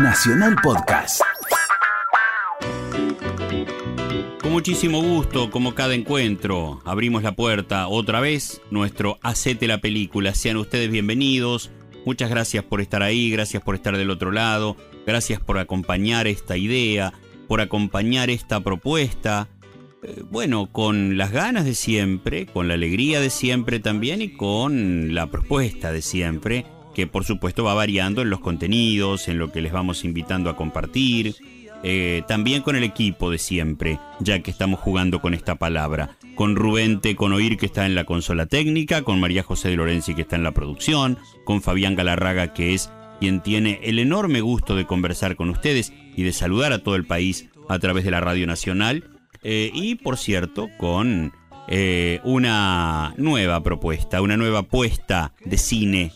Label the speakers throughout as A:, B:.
A: Nacional Podcast.
B: Con muchísimo gusto, como cada encuentro, abrimos la puerta otra vez, nuestro Hacete la Película. Sean ustedes bienvenidos. Muchas gracias por estar ahí, gracias por estar del otro lado, gracias por acompañar esta idea, por acompañar esta propuesta. Eh, Bueno, con las ganas de siempre, con la alegría de siempre también y con la propuesta de siempre, que por supuesto va variando en los contenidos, en lo que les vamos invitando a compartir, eh, también con el equipo de siempre, ya que estamos jugando con esta palabra. Con Rubén T. Conoir, que está en la consola técnica, con María José de Lorenzi, que está en la producción, con Fabián Galarraga, que es quien tiene el enorme gusto de conversar con ustedes y de saludar a todo el país a través de la Radio Nacional. Eh, y, por cierto, con eh, una nueva propuesta, una nueva apuesta de cine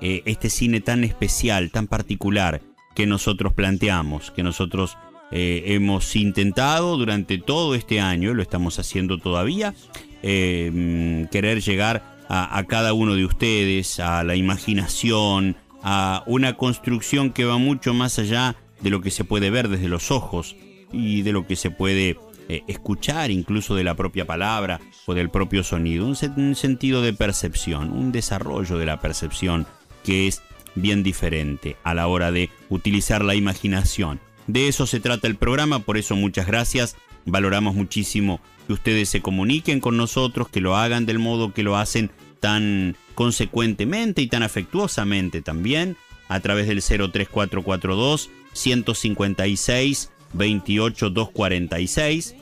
B: eh, este cine tan especial, tan particular que nosotros planteamos, que nosotros eh, hemos intentado durante todo este año, lo estamos haciendo todavía, eh, mm, querer llegar a, a cada uno de ustedes, a la imaginación, a una construcción que va mucho más allá de lo que se puede ver desde los ojos y de lo que se puede eh, escuchar incluso de la propia palabra o del propio sonido, un, sen- un sentido de percepción, un desarrollo de la percepción que es bien diferente a la hora de utilizar la imaginación. De eso se trata el programa, por eso muchas gracias, valoramos muchísimo que ustedes se comuniquen con nosotros, que lo hagan del modo que lo hacen tan consecuentemente y tan afectuosamente también a través del 03442 156 28246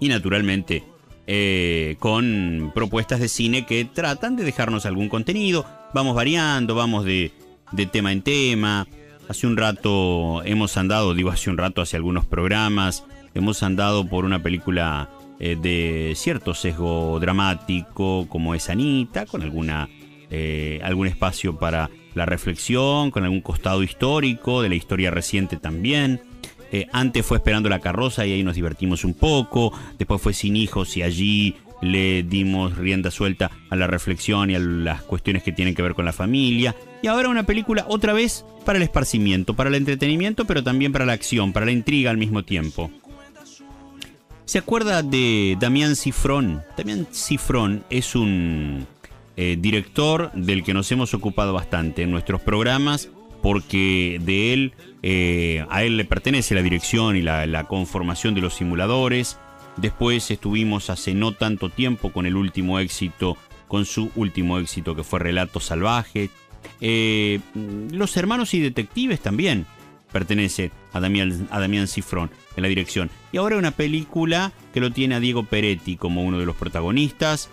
B: y naturalmente eh, con propuestas de cine que tratan de dejarnos algún contenido. Vamos variando, vamos de, de tema en tema. Hace un rato hemos andado, digo hace un rato, hace algunos programas, hemos andado por una película eh, de cierto sesgo dramático como es Anita, con alguna, eh, algún espacio para la reflexión, con algún costado histórico, de la historia reciente también. Eh, antes fue esperando la carroza y ahí nos divertimos un poco. Después fue sin hijos y allí le dimos rienda suelta a la reflexión y a las cuestiones que tienen que ver con la familia. Y ahora una película otra vez para el esparcimiento, para el entretenimiento, pero también para la acción, para la intriga al mismo tiempo. ¿Se acuerda de Damián Cifrón? Damián Cifrón es un eh, director del que nos hemos ocupado bastante en nuestros programas porque de él, eh, a él le pertenece la dirección y la, la conformación de los simuladores. Después estuvimos hace no tanto tiempo con el último éxito, con su último éxito que fue Relatos Salvajes. Eh, los hermanos y detectives también pertenece a Damián, a Damián Cifrón en la dirección. Y ahora una película que lo tiene a Diego Peretti como uno de los protagonistas.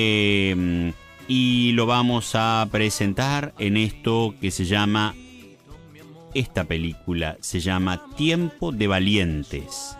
B: Eh, y lo vamos a presentar en esto que se llama... Esta película se llama Tiempo de Valientes.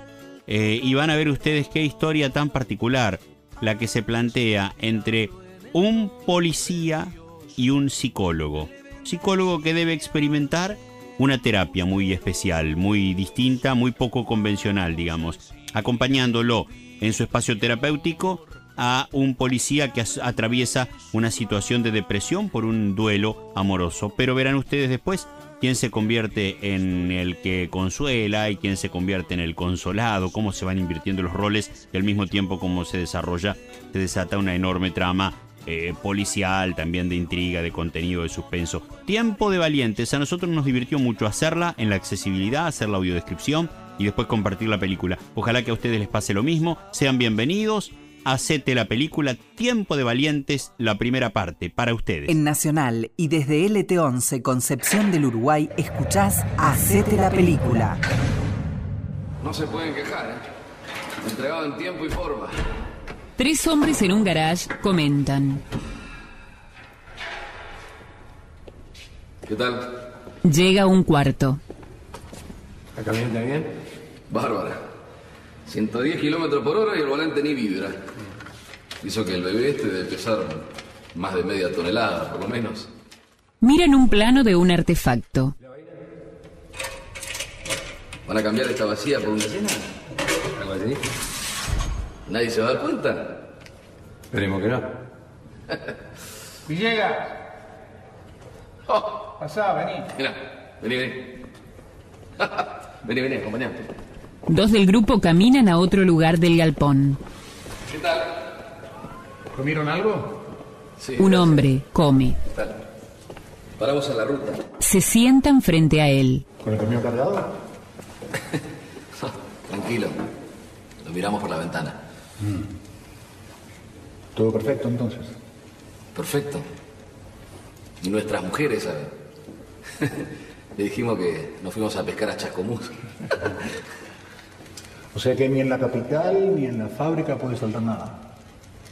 B: Eh, y van a ver ustedes qué historia tan particular la que se plantea entre un policía y un psicólogo. Psicólogo que debe experimentar una terapia muy especial, muy distinta, muy poco convencional, digamos, acompañándolo en su espacio terapéutico a un policía que as- atraviesa una situación de depresión por un duelo amoroso. Pero verán ustedes después quién se convierte en el que consuela y quién se convierte en el consolado, cómo se van invirtiendo los roles y al mismo tiempo cómo se desarrolla, se desata una enorme trama eh, policial, también de intriga, de contenido, de suspenso. Tiempo de Valientes, a nosotros nos divirtió mucho hacerla en la accesibilidad, hacer la audiodescripción y después compartir la película. Ojalá que a ustedes les pase lo mismo, sean bienvenidos. Hacete la película Tiempo de Valientes, la primera parte, para ustedes.
C: En Nacional y desde LT11 Concepción del Uruguay escuchás Hacete la película.
D: No se pueden quejar, ¿eh? Entregado en tiempo y forma.
E: Tres hombres en un garage comentan.
D: ¿Qué tal?
E: Llega un cuarto.
F: ¿La camioneta bien?
D: Bárbara. 110 kilómetros por hora y el volante ni vibra. Hizo que el bebé este de pesar más de media tonelada, por lo menos.
E: Miran un plano de un artefacto.
D: ¿Van a cambiar esta vacía por una llena? ¿Algo así? ¿Nadie se va a dar cuenta?
F: Esperemos que no.
G: Villegas,
D: Oh,
G: pasá, vení.
D: mira. Oh. Vení, vení. vení, vení, acompañame.
E: Dos del grupo caminan a otro lugar del galpón.
D: ¿Qué tal?
H: ¿Comieron algo?
D: Sí,
E: Un
D: gracias.
E: hombre come.
D: ¿Qué tal? Paramos en la ruta.
E: Se sientan frente a él.
H: ¿Con el camión cargado?
D: Tranquilo. Lo miramos por la ventana.
H: Todo perfecto entonces.
D: Perfecto. Y nuestras mujeres, ¿sabes? Le dijimos que nos fuimos a pescar a Chascomús.
F: O sea que ni en la capital ni en la fábrica puede saltar nada.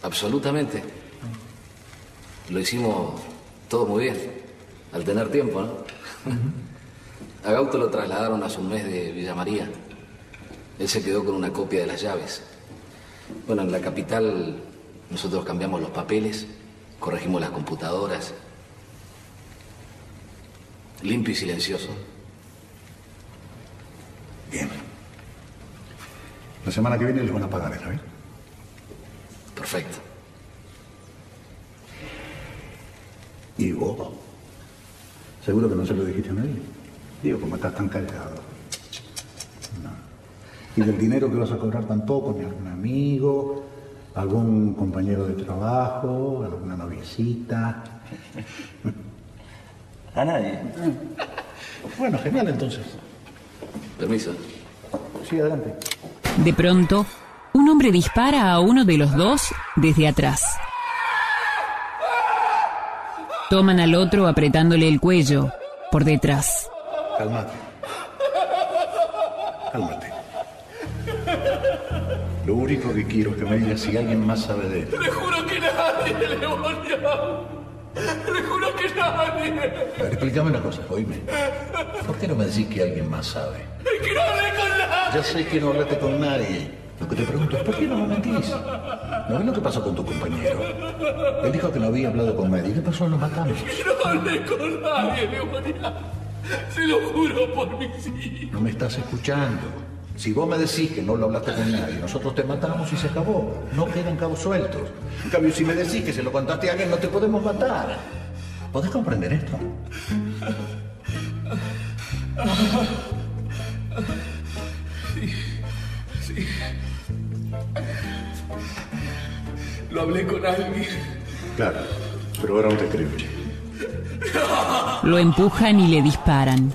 D: Absolutamente. Lo hicimos todo muy bien, al tener tiempo, ¿no? A Gauto lo trasladaron hace un mes de Villa María. Él se quedó con una copia de las llaves. Bueno, en la capital nosotros cambiamos los papeles, corregimos las computadoras. Limpio y silencioso.
F: Bien. La semana que viene les van a pagar, ¿está bien?
D: Perfecto.
F: ¿Y vos? Seguro que no se lo dijiste a nadie. Digo, como estás tan callado. No. ¿Y del dinero que vas a cobrar tampoco? ¿Ni algún amigo? ¿Algún compañero de trabajo? ¿Alguna noviecita?
A: A nadie.
F: Bueno, genial entonces.
D: Permiso.
F: Sí, adelante.
E: De pronto, un hombre dispara a uno de los dos desde atrás. Toman al otro apretándole el cuello por detrás.
F: Calmate. Cálmate. Lo único que quiero es que me digas si alguien más sabe de él.
I: Le juro que nadie, Leonio. Le juro que nadie.
F: A ver, explícame una cosa, oíme. ¿Por qué no me decís que alguien más sabe?
I: Que no hablé con nadie.
F: Ya sé que no hablaste con nadie. Lo que te pregunto es, ¿por qué no me mentís? ¿No ves lo que pasó con tu compañero? Él dijo que no había hablado con nadie. ¿Qué pasó? Lo matamos.
I: Que no hablé con nadie, Leonio. Se lo juro por mis hijos.
F: No me estás escuchando. Si vos me decís que no lo hablaste con nadie, nosotros te matamos y se acabó. No quedan cabos sueltos. En cambio, si me decís que se lo contaste a alguien, no te podemos matar. ¿Podés comprender esto?
I: Lo hablé con alguien.
F: Claro, pero ahora no te creo.
E: Lo empujan y le disparan.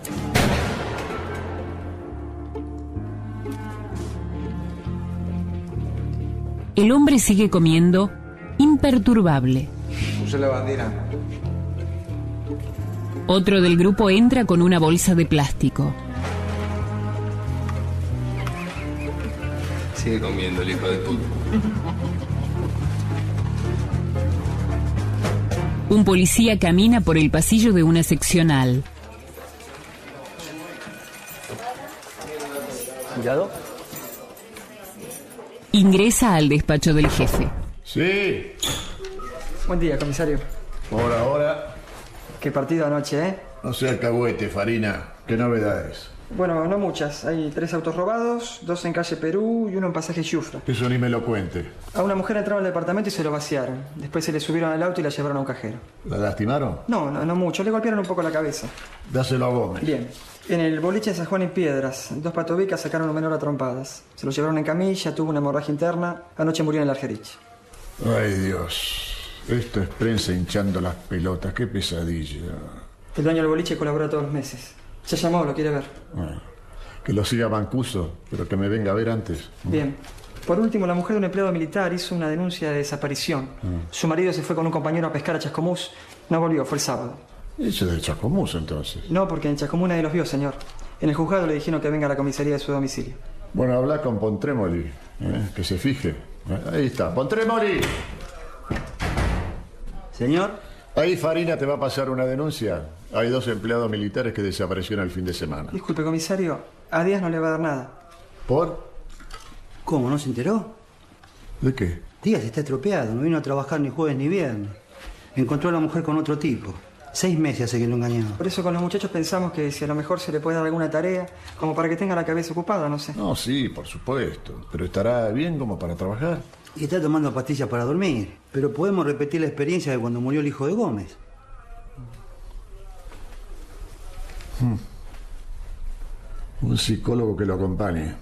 E: El hombre sigue comiendo, imperturbable.
H: Puse la bandera.
E: Otro del grupo entra con una bolsa de plástico.
D: Sigue comiendo el hijo de puta.
E: Un policía camina por el pasillo de una seccional.
A: ¿Cuidado?
E: Ingresa al despacho del jefe.
J: Sí.
K: Buen día, comisario.
J: Por ahora,
K: Qué partido anoche, ¿eh?
J: no sea alcahuete, Farina. ¿Qué novedades?
K: Bueno, no muchas. Hay tres autos robados, dos en calle Perú y uno en pasaje Yufra.
J: Eso ni me lo cuente.
K: A una mujer entraron al departamento y se lo vaciaron. Después se le subieron al auto y la llevaron a un cajero.
J: ¿La lastimaron?
K: No, no, no mucho. Le golpearon un poco la cabeza.
J: Dáselo a Gómez.
K: Bien. En el boliche en San Juan y Piedras, dos patobicas sacaron a un menor a trompadas. Se lo llevaron en camilla, tuvo una hemorragia interna. Anoche murió en el Argerich.
J: Ay, Dios. Esto es prensa hinchando las pelotas. Qué pesadilla.
K: El dueño del boliche colabora todos los meses. Se llamó, lo quiere ver.
J: Ah, Que lo siga Mancuso, pero que me venga a ver antes.
K: Bien. Por último, la mujer de un empleado militar hizo una denuncia de desaparición.
J: Ah.
K: Su marido se fue con un compañero a pescar a Chascomús. No volvió, fue el sábado.
J: Eso es de Chascomús, entonces.
K: No, porque en Chascomús nadie los vio, señor. En el juzgado le dijeron que venga a la comisaría de su domicilio.
J: Bueno, habla con Pontremoli. ¿eh? Que se fije. ¿Eh? Ahí está. ¡Pontremoli!
A: Señor,
J: Ahí Farina te va a pasar una denuncia. Hay dos empleados militares que desaparecieron el fin de semana.
K: Disculpe, comisario, a Díaz no le va a dar nada.
J: ¿Por?
A: ¿cómo? ¿No se enteró?
J: ¿De qué?
A: Díaz está estropeado, no vino a trabajar ni jueves ni viernes. Encontró a la mujer con otro tipo. Seis meses hace que lo engañaba.
K: Por eso con los muchachos pensamos que si a lo mejor se le puede dar alguna tarea, como para que tenga la cabeza ocupada, no sé.
J: No, sí, por supuesto. Pero estará bien como para trabajar.
A: Y está tomando pastillas para dormir. Pero podemos repetir la experiencia de cuando murió el hijo de Gómez.
J: Hmm. Un psicólogo que lo acompañe.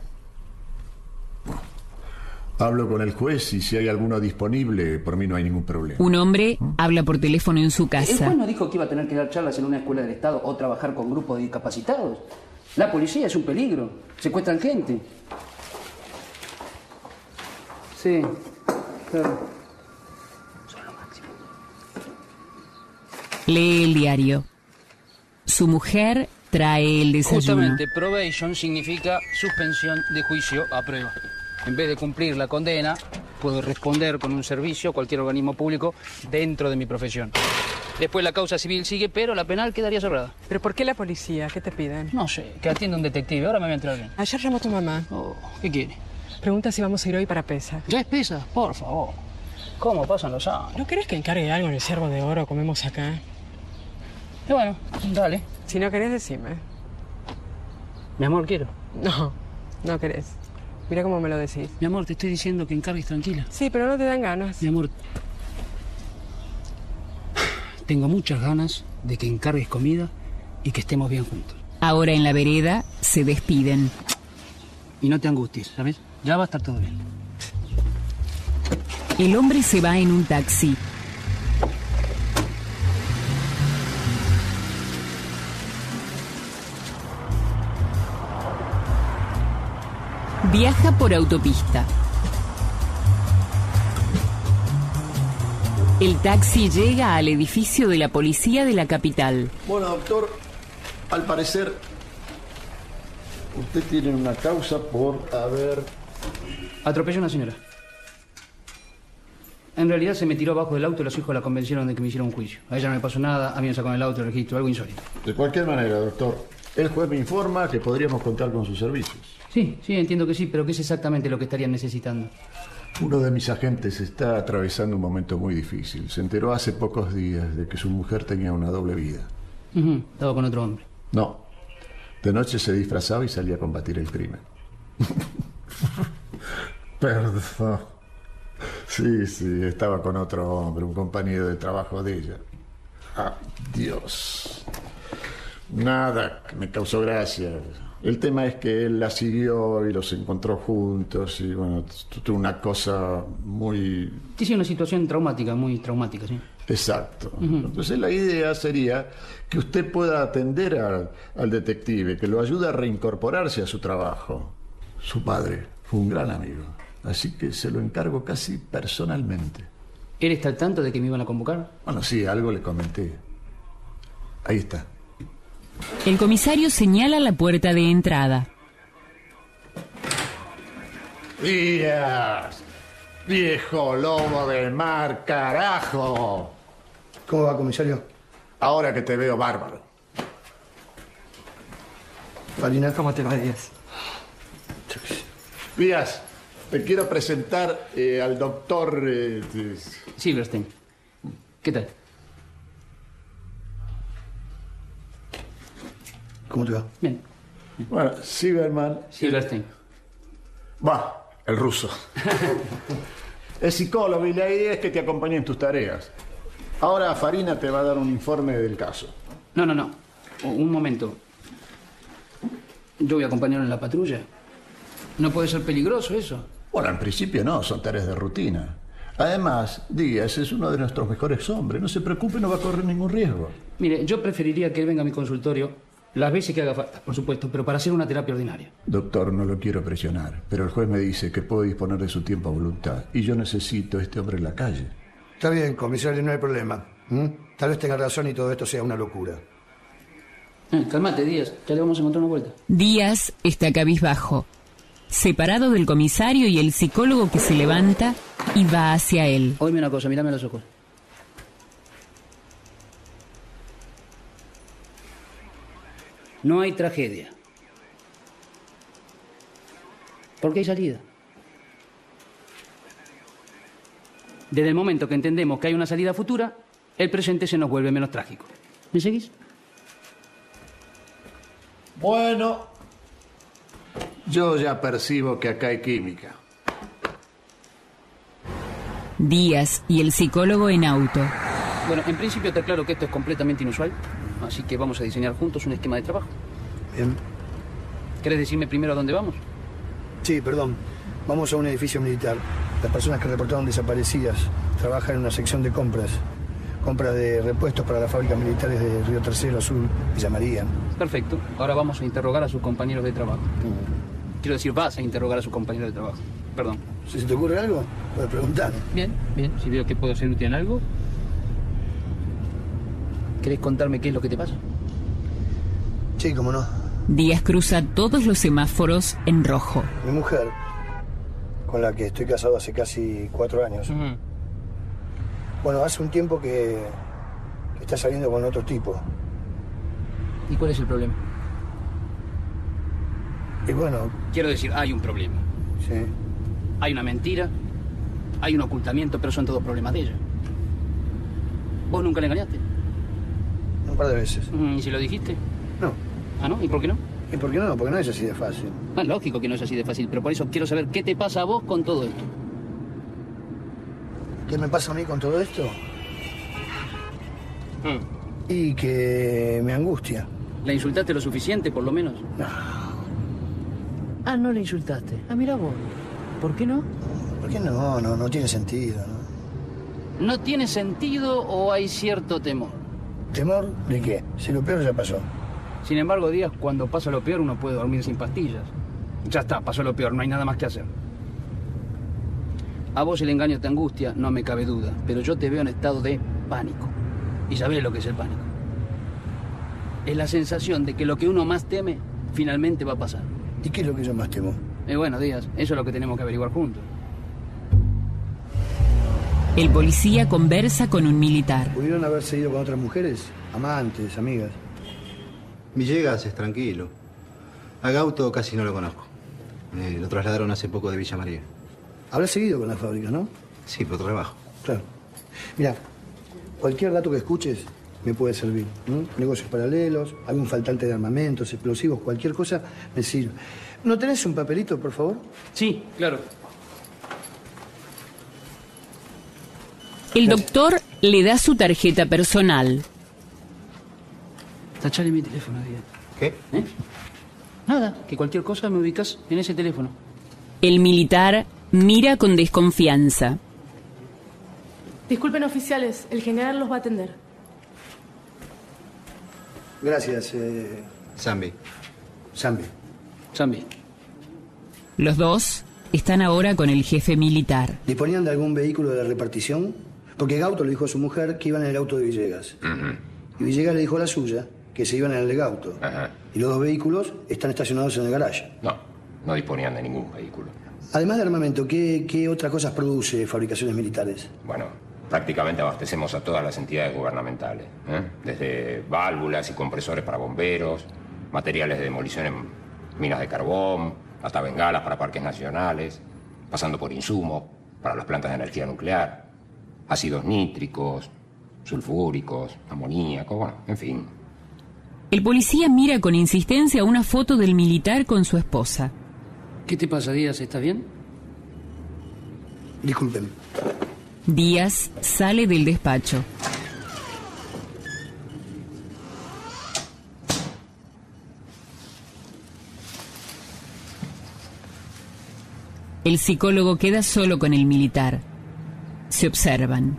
J: Hablo con el juez y si hay alguno disponible, por mí no hay ningún problema.
E: Un hombre habla por teléfono en su
L: El
E: casa.
L: juez no dijo que iba a tener que dar charlas en una escuela del Estado o trabajar con grupos de discapacitados. La policía es un peligro. Secuestran gente. Sí, claro.
E: Lee el diario. Su mujer trae el desayuno.
L: Justamente, probation significa suspensión de juicio a prueba. En vez de cumplir la condena, puedo responder con un servicio a cualquier organismo público dentro de mi profesión. Después la causa civil sigue, pero la penal quedaría cerrada.
M: ¿Pero por qué la policía? ¿Qué te piden?
L: No sé, que atienda un detective. Ahora me voy a entrar bien. Oh,
M: Ayer llamó tu mamá.
L: ¿Qué quiere?
M: Pregunta si vamos a ir hoy para pesa.
L: ¿Ya es pesa? Por favor. ¿Cómo pasan los años?
M: ¿No querés que encargue algo en el ciervo de oro? Comemos acá.
L: Y bueno, dale.
M: Si no querés, decime.
L: Mi amor, quiero.
M: No, no querés. Mira cómo me lo decís.
L: Mi amor, te estoy diciendo que encargues tranquila.
M: Sí, pero no te dan ganas.
L: Mi amor. Tengo muchas ganas de que encargues comida y que estemos bien juntos.
E: Ahora en la vereda se despiden.
L: Y no te angusties, ¿sabes? Ya va a estar todo bien.
E: El hombre se va en un taxi. Viaja por autopista. El taxi llega al edificio de la policía de la capital.
J: Bueno, doctor, al parecer usted tiene una causa por haber...
L: Atropelló a una señora. En realidad se me tiró abajo del auto y los hijos la convencieron de que me hiciera un juicio. A ella no me pasó nada, a mí me sacaron el auto, el registro, algo insólito.
J: De cualquier manera, doctor, el juez me informa que podríamos contar con sus servicios.
L: Sí, sí, entiendo que sí, pero ¿qué es exactamente lo que estarían necesitando?
J: Uno de mis agentes está atravesando un momento muy difícil. Se enteró hace pocos días de que su mujer tenía una doble vida.
L: Ujú, estaba con otro hombre.
J: No, de noche se disfrazaba y salía a combatir el crimen. Perdón. Sí, sí, estaba con otro hombre, un compañero de trabajo de ella. Ah, Dios. Nada, que me causó gracia. El tema es que él la siguió y los encontró juntos y bueno, tu- tuvo una cosa muy
L: Sí, sí, una situación traumática, muy traumática, sí.
J: Exacto.
L: Ujú.
J: Entonces la idea sería que usted pueda atender al, al detective, que lo ayude a reincorporarse a su trabajo. Su padre fue un gran amigo, así que se lo encargo casi personalmente.
L: ¿Él está al tanto de que me iban a convocar?
J: Bueno, sí, algo le comenté. Ahí está.
E: El comisario señala la puerta de entrada.
J: Díaz, viejo lobo del mar, carajo.
G: ¿Cómo va, comisario?
J: Ahora que te veo bárbaro.
G: Farina. ¿Cómo te va, Díaz?
J: Díaz, te quiero presentar eh, al doctor... eh,
L: Silverstein. ¿Qué tal?
G: ¿Cómo te va?
L: Bien.
J: Bueno, Silverman. eh,
L: Silverstein.
J: Va, el ruso. es psicólogo y la idea es que te acompañe en tus tareas. Ahora Farina te va a dar un informe del caso.
L: No, no, no. U- Un momento. Yo voy a acompañarlo en la patrulla. No puede ser peligroso eso.
J: Bueno, en principio no, son tareas de rutina. Además, Díaz es uno de nuestros mejores hombres. No se preocupe, no va a correr ningún riesgo.
L: Mire, yo preferiría que él venga a mi consultorio las veces que haga falta, por supuesto, pero para hacer una terapia ordinaria.
J: Doctor, no lo quiero presionar, pero el juez me dice que puedo disponer de su tiempo a voluntad y yo necesito a este hombre en la calle.
G: Está bien, comisario, no hay problema. ¿Mm? Tal vez tenga razón y todo esto sea una locura.
L: Eh, calmate, Díaz. Ya le vamos a encontrar una vuelta.
E: Díaz está cabizbajo, separado del comisario y el psicólogo que se levanta y va hacia él.
L: Oíme una cosa, mírame a los ojos. No hay tragedia. Porque hay salida. Desde el momento que entendemos que hay una salida futura, el presente se nos vuelve menos trágico. ¿Me seguís?
J: Bueno, yo ya percibo que acá hay química.
E: Díaz y el psicólogo en auto.
L: Bueno, en principio está claro que esto es completamente inusual, así que vamos a diseñar juntos un esquema de trabajo.
G: Bien.
L: ¿Querés decirme primero a dónde vamos?
N: Sí, perdón. Vamos a un edificio militar. Las personas que reportaron desaparecidas trabajan en una sección de compras. Compras de repuestos para las fábricas militares de Río Tercero, Azul, Villa María.
L: Perfecto. Ahora vamos a interrogar a sus compañeros de trabajo. Mm. Quiero decir, vas a interrogar a sus compañeros de trabajo. Perdón.
N: Si se te ocurre algo, puedes preguntar.
L: Bien, bien. Si veo que puedo ser útil en algo. ¿Querés contarme qué es lo que te pasa?
N: Sí, cómo no.
E: Díaz cruza todos los semáforos en rojo.
N: Mi mujer, con la que estoy casado hace casi cuatro años. Bueno, hace un tiempo que, que está saliendo con otro tipo.
L: ¿Y cuál es el problema?
N: Y bueno,
L: Quiero decir, hay un problema.
N: Sí.
L: Hay una mentira, hay un ocultamiento, pero son todos problemas de ella. ¿Vos nunca la engañaste? Mm,
N: un par de veces.
L: ¿Y se lo dijiste?
N: No.
L: ¿Ah, no? ¿Y por qué no?
N: ¿Y por qué no? Porque no es así de fácil.
L: Ah, lógico que no es así de fácil, pero por eso quiero saber qué te pasa a vos con todo esto.
N: ¿Qué me pasa a mí con todo esto? Y que me angustia.
L: Mm. ¿La insultaste lo suficiente, por lo menos?
N: Ah, no le insultaste. Ah, mira vos. ¿Por qué no? ¿Por qué no? No, no tiene sentido. ¿no?
L: ¿No tiene sentido o hay cierto temor?
N: ¿Temor de qué? Si lo peor ya pasó.
L: Sin embargo, Díaz, cuando pasa lo peor uno puede dormir sin pastillas. Ya está, pasó lo peor, no hay nada más que hacer. A vos el engaño te angustia, no me cabe duda, pero yo te veo en estado de pánico. Y sabés lo que es el pánico. Es la sensación de que lo que uno más teme finalmente va a pasar.
N: ¿Y qué es lo que yo más temo?
L: Y bueno, Díaz, eso es lo que tenemos que averiguar juntos.
E: El policía conversa con un militar.
N: ¿Pudieron haber seguido con otras mujeres? Amantes, amigas.
G: Villegas es tranquilo. A Gauto casi no lo conozco. Eh, lo trasladaron hace poco de Villa María.
N: Habrá seguido con la fábrica, ¿no?
G: Sí, por trabajo.
N: Claro. Mira, cualquier dato que escuches me puede servir. ¿no? Negocios paralelos, algún faltante de armamentos, explosivos, cualquier cosa me sirve. ¿No tenés un papelito, por favor?
L: Sí, claro.
E: El doctor le da su tarjeta personal.
L: Tachale mi teléfono, Díaz.
G: ¿Qué?
L: ¿Eh? Nada, que cualquier cosa me ubicas en ese teléfono.
E: El militar mira con desconfianza.
M: Disculpen, oficiales, el general los va a atender.
N: Gracias, eh,
G: Zambi.
N: Zambi.
L: Zambi.
E: Los dos están ahora con el jefe militar.
N: ¿Disponían de algún vehículo de la repartición? Porque Gauto le dijo a su mujer que iban en el auto de Villegas. Y Villegas le dijo a la suya que se iban en el de Gauto. Y los dos vehículos están estacionados en el garage.
O: No, no disponían de ningún vehículo.
N: Además de armamento, ¿qué, qué otras cosas produce fabricaciones militares?
O: Bueno, prácticamente abastecemos a todas las entidades gubernamentales, ¿eh? desde válvulas y compresores para bomberos, materiales de demolición en minas de carbón, hasta bengalas para parques nacionales, pasando por insumos para las plantas de energía nuclear, ácidos nítricos, sulfúricos, amoníaco, bueno, en fin.
E: El policía mira con insistencia una foto del militar con su esposa.
L: ¿Qué te pasa, Díaz? ¿Estás bien?
N: Disculpen.
E: Díaz sale del despacho. El psicólogo queda solo con el militar. Se observan.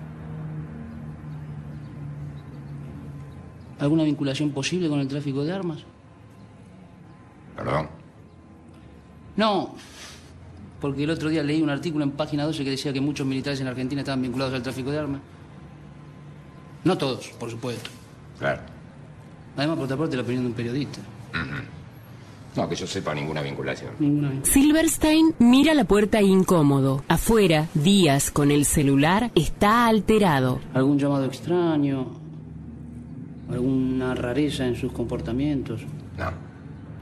L: ¿Alguna vinculación posible con el tráfico de armas?
O: Perdón.
L: No, porque el otro día leí un artículo en página 12 que decía que muchos militares en Argentina estaban vinculados al tráfico de armas. No todos, por supuesto.
O: Claro.
L: Además, por otra parte, la opinión de un periodista.
O: Ujú. No, que yo sepa ninguna vinculación.
E: Silverstein mira la puerta incómodo. Afuera, Díaz con el celular está alterado.
L: ¿Algún llamado extraño? ¿Alguna rareza en sus comportamientos?
O: No,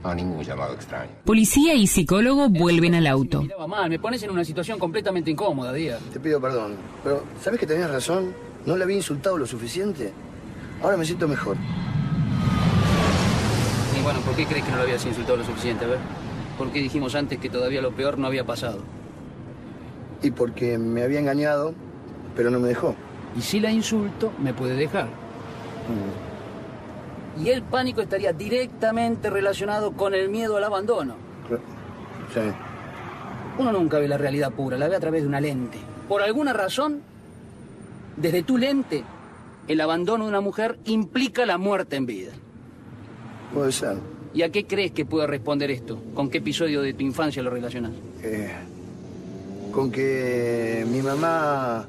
O: no, ningún llamado extraño.
E: Policía y psicólogo vuelven al auto.
L: Miraba mal, me pones en una situación completamente incómoda, Díaz.
N: Te pido perdón, pero ¿sabes que tenías razón? ¿No le había insultado lo suficiente? Ahora me siento mejor.
L: Y bueno, ¿por qué crees que no lo habías insultado lo suficiente? A ver, ¿por qué dijimos antes que todavía lo peor no había pasado?
N: Y porque me había engañado, pero no me dejó. Mm,
L: Y si la insulto, me puede dejar. Y el pánico estaría directamente relacionado con el miedo al abandono.
N: Sí.
L: Uno nunca ve la realidad pura, la ve a través de una lente. Por alguna razón, desde tu lente, el abandono de una mujer implica la muerte en vida.
N: Puede ser.
L: ¿Y a qué crees que pueda responder esto? ¿Con qué episodio de tu infancia lo relacionas?
N: Eh, con que mi mamá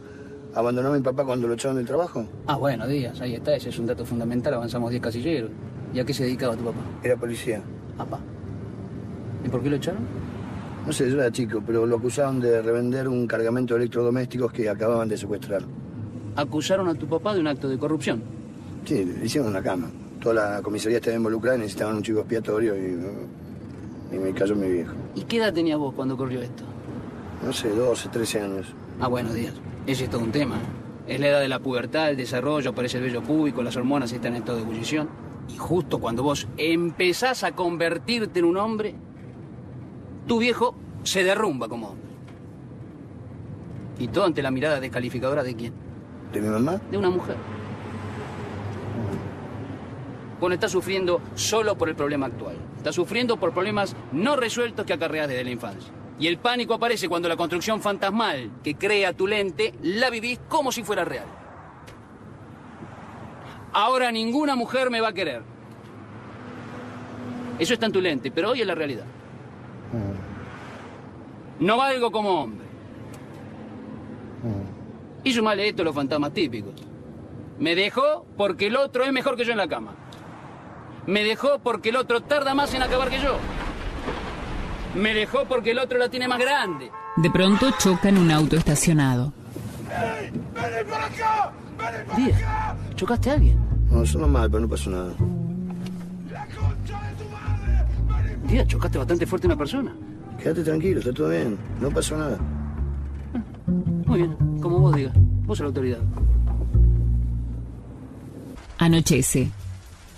N: abandonó a mi papá cuando lo echaron del trabajo.
L: Ah, bueno, Díaz, ahí está, ese es un dato fundamental, avanzamos 10 casilleros. ¿Y a qué se dedicaba tu papá?
N: Era policía.
L: Papá. ¿Y por qué lo echaron?
N: No sé, yo era chico, pero lo acusaron de revender un cargamento de electrodomésticos que acababan de secuestrar.
L: Acusaron a tu papá de un acto de corrupción.
N: Sí, le hicieron una cama. Toda la comisaría estaba involucrada y necesitaban un chico expiatorio y, uh, y me cayó mi viejo.
L: ¿Y qué edad tenías vos cuando ocurrió esto?
N: No sé, 12, 13 años.
L: Ah, bueno, Díaz, ese es todo un tema. Es la edad de la pubertad, el desarrollo, aparece el vello púbico, las hormonas están en estado de ebullición. Y justo cuando vos empezás a convertirte en un hombre, tu viejo se derrumba como hombre. Y todo ante la mirada descalificadora de quién?
N: ¿De mi mamá?
L: De una mujer. Vos no estás sufriendo solo por el problema actual. Estás sufriendo por problemas no resueltos que acarreas desde la infancia. Y el pánico aparece cuando la construcción fantasmal que crea tu lente la vivís como si fuera real. Ahora ninguna mujer me va a querer. Eso está en tu lente, pero hoy es la realidad. No valgo como hombre. Y sumale esto a los fantasmas típicos. Me dejó porque el otro es mejor que yo en la cama. Me dejó porque el otro tarda más en acabar que yo. Me dejó porque el otro la tiene más grande.
E: De pronto chocan un auto estacionado.
L: Día, ¿chocaste a alguien?
N: No, sonó mal, pero no pasó nada.
L: Día, chocaste bastante fuerte a una persona.
N: Quédate tranquilo, está todo bien. No pasó nada.
L: Muy bien, como vos digas. Vos sos la autoridad.
E: Anochece.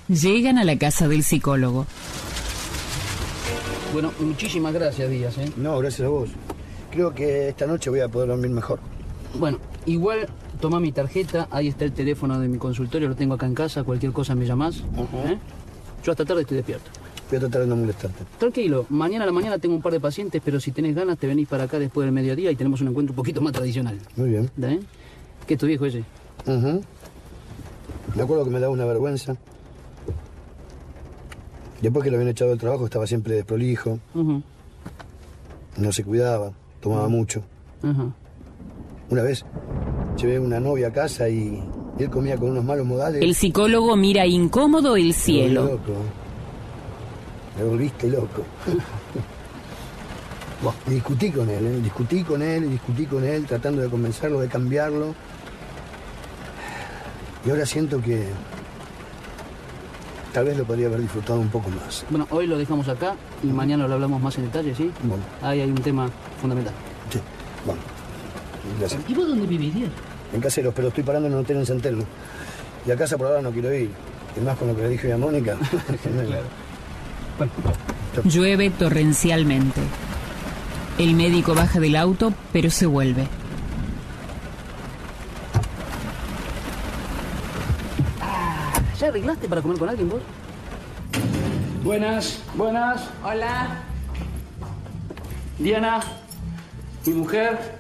E: Llegan a la casa del psicólogo.
L: Bueno, muchísimas gracias, Díaz. ¿eh?
N: No, gracias a vos. Creo que esta noche voy a poder dormir mejor.
L: Bueno, igual toma mi tarjeta, ahí está el teléfono de mi consultorio, lo tengo acá en casa, cualquier cosa me llamás. ¿eh? Yo hasta tarde estoy despierto.
N: Voy a tratar de no molestarte.
L: Tranquilo, mañana a la mañana tengo un par de pacientes, pero si tenés ganas te venís para acá después del mediodía y tenemos un encuentro un poquito más tradicional.
N: Muy bien.
L: ¿eh? ¿Qué es tu viejo ese?
N: Ujú. Me acuerdo que me daba una vergüenza. Después que lo habían echado del trabajo estaba siempre desprolijo,
L: Ujú,
N: no se cuidaba, tomaba mucho.
L: ajá.
N: Una vez llevé una novia a casa y él comía con unos malos modales.
E: El psicólogo mira incómodo el cielo.
N: Me volví loco. Me volviste loco. Buah, y discutí con él, ¿eh? discutí con él, discutí con él, tratando de convencerlo, de cambiarlo. Y ahora siento que tal vez lo podría haber disfrutado un poco más.
L: Bueno, hoy lo dejamos acá y mañana lo hablamos más en detalle, ¿sí?
N: Bueno.
L: Ahí hay un tema fundamental.
N: Gracias.
L: ¿Y vos dónde vivís, Díaz?
N: En caseros, pero estoy parando en un hotel en San Telmo. Y a casa por ahora no quiero ir. Y más con lo que le dije hoy a Mónica.
E: Llueve torrencialmente. El médico baja del auto, pero se vuelve.
L: ¿Ya arreglaste para comer con alguien vos? Buenas, buenas. Hola. Diana, mi mujer,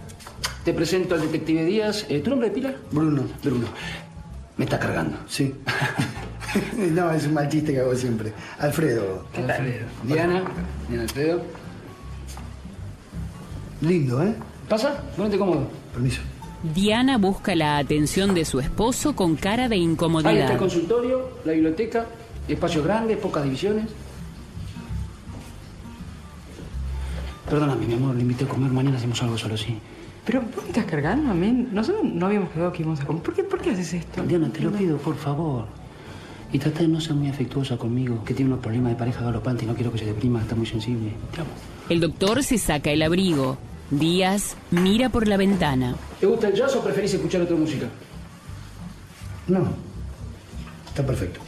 L: te presento al detective Díaz. Eh, ¿Tu nombre de pila?
N: Bruno.
L: Bruno. Me está cargando.
N: Sí. no, es un mal chiste que hago siempre. Alfredo.
L: Alfredo. Diana, Diana Alfredo.
N: Lindo, ¿eh?
L: ¿Pasa? Ponete cómodo.
N: Permiso.
E: Diana busca la atención de su esposo con cara de
L: Ahí está el
E: incomodidad.
L: consultorio, la biblioteca, espacios grandes, pocas divisiones. Perdóname, mi amor, le invité a comer, mañana hacemos algo solo, sí.
M: Pero vos me estás cargando a mí. Nosotros no habíamos quedado que íbamos a comer. ¿Por qué, por qué haces esto?
L: Diana, te lo pido, por favor. Y trata de no ser muy afectuosa conmigo, que tiene unos problemas de pareja galopante y no quiero que se deprima, está muy sensible. Te amo.
E: El doctor se saca el abrigo. Díaz mira por la ventana.
L: ¿Te gusta el jazz o preferís escuchar otra música?
N: No. Está perfecto.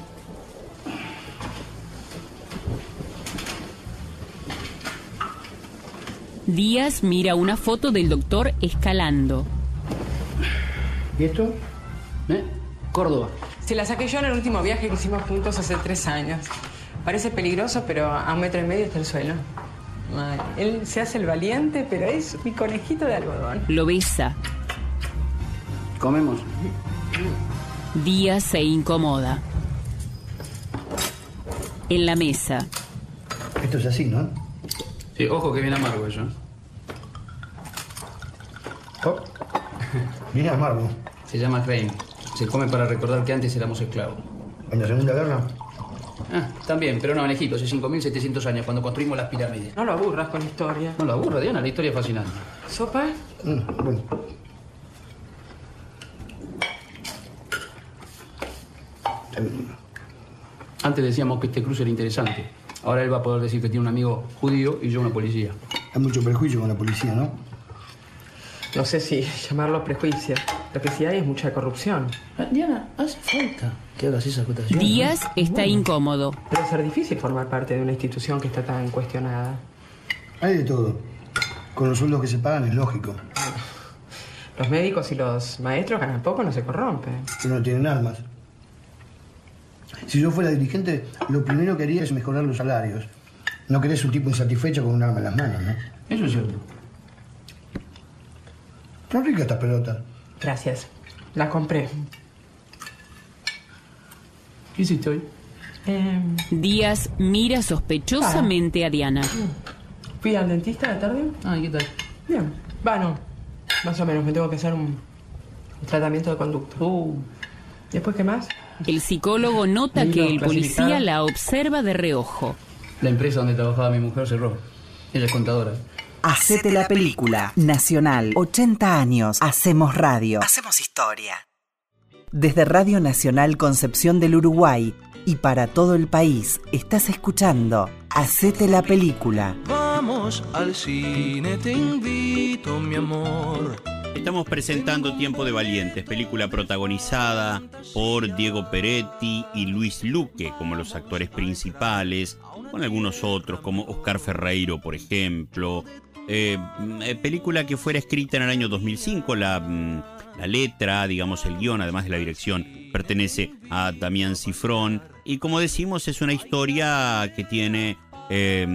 E: Díaz mira una foto del doctor escalando.
N: ¿Y esto?
L: ¿Eh? Córdoba.
M: Se la saqué yo en el último viaje que hicimos juntos hace tres años. Parece peligroso, pero a un metro y medio está el suelo. Ay, él se hace el valiente, pero es mi conejito de algodón.
E: Lo besa.
G: Comemos.
E: Díaz se incomoda. En la mesa.
G: Esto es así, ¿no?
L: Sí, ojo que viene amargo eso. ¿eh?
G: Oh. Viene amargo.
L: Se llama Crane. Se come para recordar que antes éramos esclavos.
G: En la Segunda Guerra,
L: Ah, también, pero no, en Egipto, hace 5.700 años, cuando construimos las pirámides.
M: No lo aburras con la historia.
L: No la aburra, Diana, la historia es fascinante.
M: ¿Sopa?
G: Mm,
L: Antes decíamos que este cruce era interesante. Ahora él va a poder decir que tiene un amigo judío y yo una policía.
G: hay mucho prejuicio con la policía, ¿no?
M: No sé si llamarlo prejuicio. Lo que sí hay es mucha corrupción.
L: Ah, Diana, hace falta.
M: ¿Qué hagas esa acotación?
E: Díaz está incómodo.
M: Debe ser difícil formar parte de una institución que está tan cuestionada.
G: Hay de todo. Con los sueldos que se pagan es lógico.
M: Los médicos y los maestros ganan poco, no se corrompen.
G: Pero no tienen armas. Si yo fuera dirigente, lo primero que haría es mejorar los salarios. No querés un tipo insatisfecho con un arma en las manos, ¿no?
L: Eso es cierto.
G: Son ricas estas pelotas.
M: Gracias. La compré.
L: ¿Qué hiciste hoy?
E: Díaz mira sospechosamente a Diana.
M: Fui al dentista de tarde.
L: Ah, ¿qué tal?
M: Bien. Bueno, más o menos me tengo que hacer un, un tratamiento de conducto.
L: Uh.
M: ¿Después qué más?
E: El psicólogo nota
L: Niños
E: que el policía
L: clasificados.
E: la observa de reojo.
L: La empresa donde trabajaba mi mujer cerró. Ella es contadora.
C: Hacete la película. Nacional. 80 años. Hacemos radio.
L: Hacemos historia.
C: Desde Radio Nacional Concepción del Uruguay y para todo el país, estás escuchando Hacete la película.
P: Vamos al cine, te invito, mi amor.
B: Estamos presentando Tiempo de Valientes, película protagonizada por Diego Peretti y Luis Luque como los actores principales, con algunos otros como Oscar Ferreiro, por ejemplo. Eh, eh, película que fuera escrita en el año 2005, la, mm, la letra, digamos el guión, además de la dirección, pertenece a Damián Cifrón. Y como decimos, es una historia que tiene eh,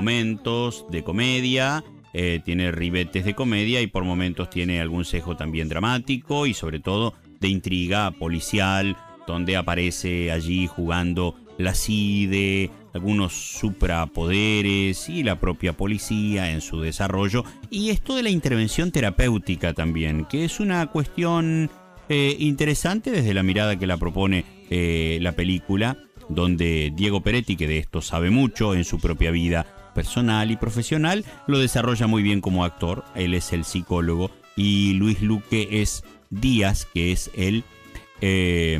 B: momentos de comedia, eh, tiene ribetes de comedia y por momentos tiene algún cejo también dramático y sobre todo de intriga policial, donde aparece allí jugando la CIDE, algunos suprapoderes y la propia policía en su desarrollo. Y esto de la intervención terapéutica también, que es una cuestión eh, interesante desde la mirada que la propone eh, la película, donde Diego Peretti, que de esto sabe mucho en su propia vida personal y profesional, lo desarrolla muy bien como actor. Él es el psicólogo y Luis Luque es Díaz, que es el eh,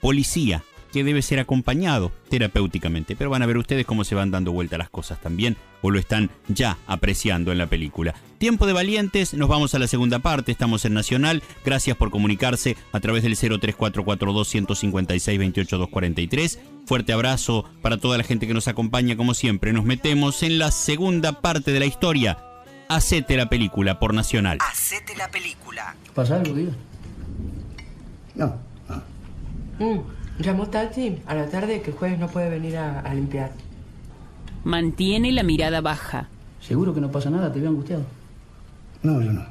B: policía, que debe ser acompañado terapéuticamente. Pero van a ver ustedes cómo se van dando vuelta las cosas también, o lo están ya apreciando en la película. Tiempo de valientes, nos vamos a la segunda parte, estamos en Nacional. Gracias por comunicarse a través del 03442 156 28243 Fuerte abrazo para toda la gente que nos acompaña, como siempre. Nos metemos en la segunda parte de la historia. Hacete la película por Nacional.
C: Hacete la película.
L: ¿Pasa algo, tío?
M: Mm, Llamó Tati a la tarde que el jueves no puede venir a, a limpiar.
E: Mantiene la mirada baja.
L: Seguro que no pasa nada, te veo angustiado.
G: No, yo no.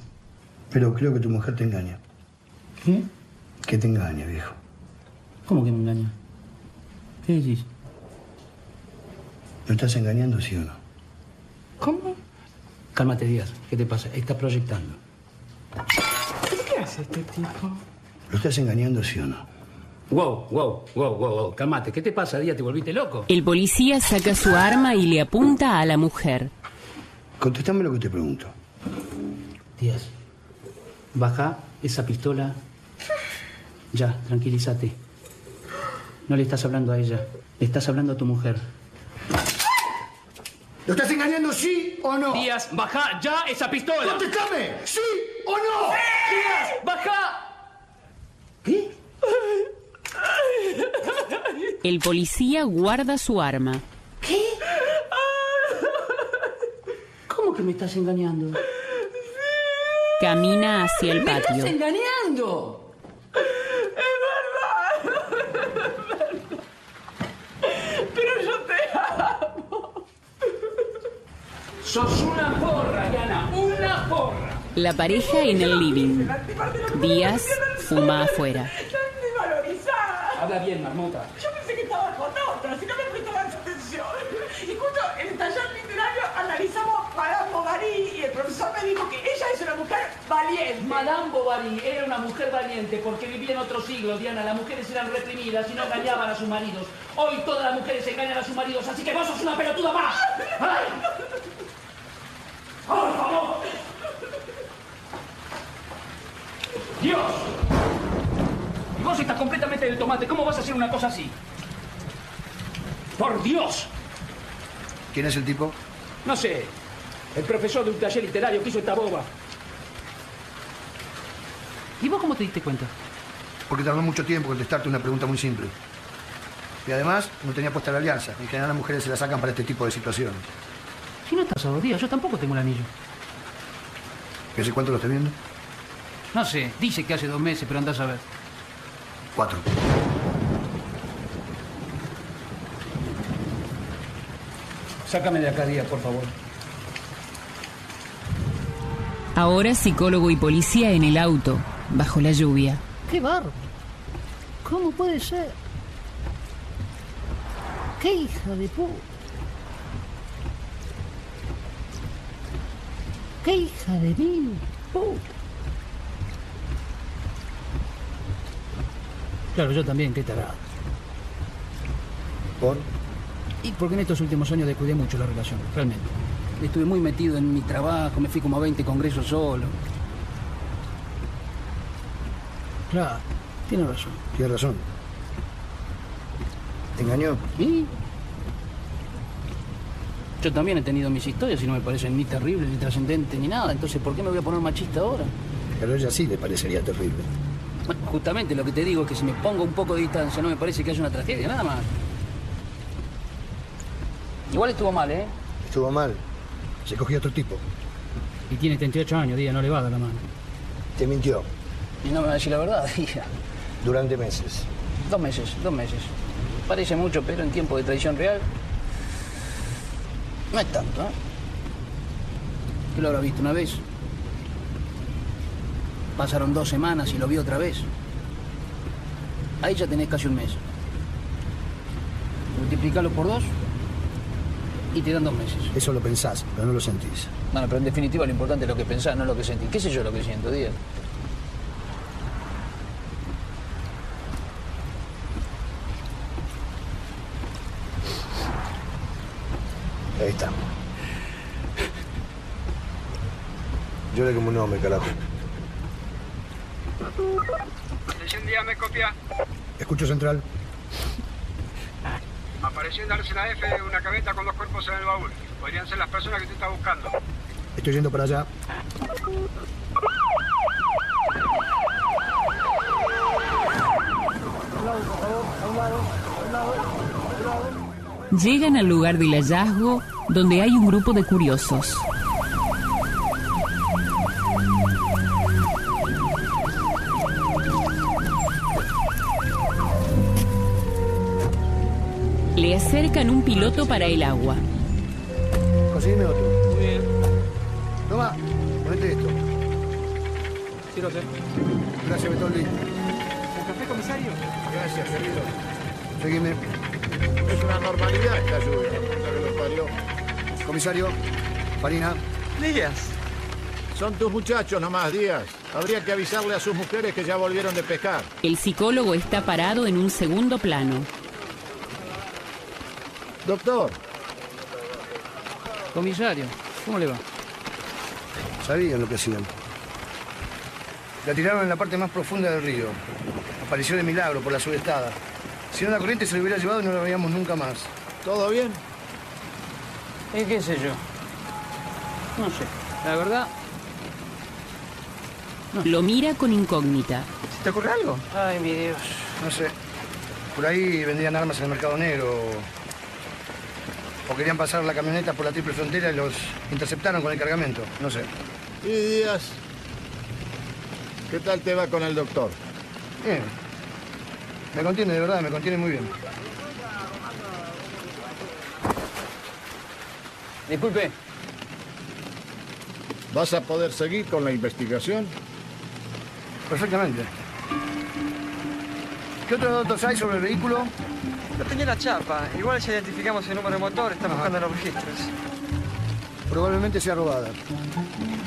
G: Pero creo que tu mujer te engaña.
L: ¿Qué?
G: Que te engaña, viejo.
L: ¿Cómo que me engaña? ¿Qué decís?
G: ¿Lo estás engañando, sí o no?
M: ¿Cómo?
L: Cálmate, Díaz. ¿Qué te pasa? Está proyectando.
M: ¿Qué hace este tipo?
G: ¿Lo estás engañando, sí o no?
L: Wow, wow, wow, wow, wow. Cálmate. ¿Qué te pasa, Díaz? ¿Te volviste loco?
E: El policía saca su arma y le apunta a la mujer.
G: Contéstame lo que te pregunto.
L: Díaz, baja esa pistola. Ya, tranquilízate. No le estás hablando a ella. Le estás hablando a tu mujer.
G: ¿Lo estás engañando, sí o no?
L: Díaz, baja ya esa pistola.
G: ¡Contéstame! ¡Sí o no!
L: Díaz, baja.
E: El policía guarda su arma.
L: ¿Qué? ¿Cómo que me estás engañando?
E: Camina hacia el
M: ¡Me estás
E: patio.
M: engañando! ¡Es
I: Sos una porra, Diana, una porra.
E: La pareja en el living. Díaz fuma afuera.
M: desvalorizada.
L: Habla bien, marmota.
M: Yo pensé que estaba con otra, si no me prestaban atención. Y justo en el taller literario analizamos Madame Bovary y el profesor me dijo que ella es una mujer valiente.
L: Madame Bovary era una mujer valiente porque vivía en otro siglo, Diana. Las mujeres eran reprimidas y no engañaban a sus maridos. Hoy todas las mujeres engañan a sus maridos, así que vos sos una pelotuda más. ¡Ay! ¡Por favor! ¡Dios! Y vos estás completamente del tomate. ¿Cómo vas a hacer una cosa así? ¡Por Dios!
N: ¿Quién es el tipo?
L: No sé. El profesor de un taller literario que hizo esta boba. ¿Y vos cómo te diste cuenta?
N: Porque tardó mucho tiempo contestarte una pregunta muy simple. Y además, no tenía puesta la alianza. En general las mujeres se la sacan para este tipo de situaciones.
L: Si no estás a dos días, yo tampoco tengo el anillo.
N: ¿Y hace cuánto lo estás viendo?
L: No sé, dice que hace dos meses, pero andás a ver.
N: Cuatro.
L: Sácame de acá, Díaz, por favor.
E: Ahora psicólogo y policía en el auto, bajo la lluvia.
Q: ¡Qué bárbaro! ¿Cómo puede ser? ¡Qué hija de puta! ¡Qué hija de mil puta!
L: Claro, yo también, qué tarado.
N: ¿Por?
L: Y porque en estos últimos años descuidé mucho la relación, realmente. Estuve muy metido en mi trabajo, me fui como a 20 congresos solo. Claro, tiene razón.
N: Tienes razón. ¿Te engañó?
L: ¿Y? Yo también he tenido mis historias y no me parecen ni terribles, ni trascendentes, ni nada. Entonces, ¿por qué me voy a poner machista ahora?
N: Pero a ella sí le parecería terrible.
L: Bueno, justamente lo que te digo es que si me pongo un poco de distancia no me parece que haya una tragedia, nada más. Igual estuvo mal, ¿eh?
N: Estuvo mal. Se cogió a otro tipo.
L: Y tiene 38 años, Día, no le va a dar la mano.
N: Te mintió
L: Y no me va a decir la verdad, Día.
N: durante meses.
L: Dos meses, dos meses. Parece mucho, pero en tiempo de traición real. No es tanto, ¿eh? ¿Qué lo habrá visto una vez? Pasaron dos semanas y lo vi otra vez. Ahí ya tenés casi un mes. Multiplicalo por dos y te dan dos meses.
N: Eso lo pensás, pero no lo sentís.
L: Bueno, pero en definitiva lo importante es lo que pensás, no lo que sentís. ¿Qué sé yo lo que siento, Díaz?
N: Ahí está. Yo le como un hombre, carajo.
R: Apareció un día, me copia.
N: Escucho central.
R: Apareció en la Arsenal F una camioneta con dos cuerpos en el baúl. Podrían ser las personas que tú estás buscando.
N: Estoy yendo para allá.
E: Llegan al lugar del hallazgo donde hay un grupo de curiosos. Le acercan un piloto para el agua.
N: Conseguime otro.
R: Muy bien,
N: Toma, ponete esto.
R: sí lo sé.
N: Gracias, Betoldi.
R: café, comisario?
J: Gracias, querido.
N: Seguime.
J: Es una normalidad esta lluvia. la puta que los parió.
N: Comisario, Farina.
J: Díaz. Son tus muchachos nomás, Díaz. Habría que avisarle a sus mujeres que ya volvieron de pescar.
E: El psicólogo está parado en un segundo plano.
J: Doctor.
L: Comisario, ¿cómo le va?
N: Sabían lo que hacían. La tiraron en la parte más profunda del río. Apareció de milagro por la subestada. Si no, la corriente se lo hubiera llevado y no la veíamos nunca más.
J: ¿Todo bien?
L: ¿Y qué sé yo? No sé. La verdad,
E: Lo mira con incógnita.
N: ¿Te ocurre algo?
L: Ay, mi Dios.
N: No sé. Por ahí vendían armas en el mercado negro. o- O querían pasar la camioneta por la triple frontera y los interceptaron con el cargamento. No sé.
J: Y Díaz. ¿Qué tal te va con el doctor?
N: Bien. Me contiene, de verdad, me contiene muy bien.
L: Disculpe.
J: ¿Vas a poder seguir con la investigación?
N: Perfectamente. ¿Qué otros datos hay sobre el vehículo?
K: Lo tenía la chapa. Igual ya identificamos el número de motor, estamos buscando los registros.
N: Probablemente sea robada.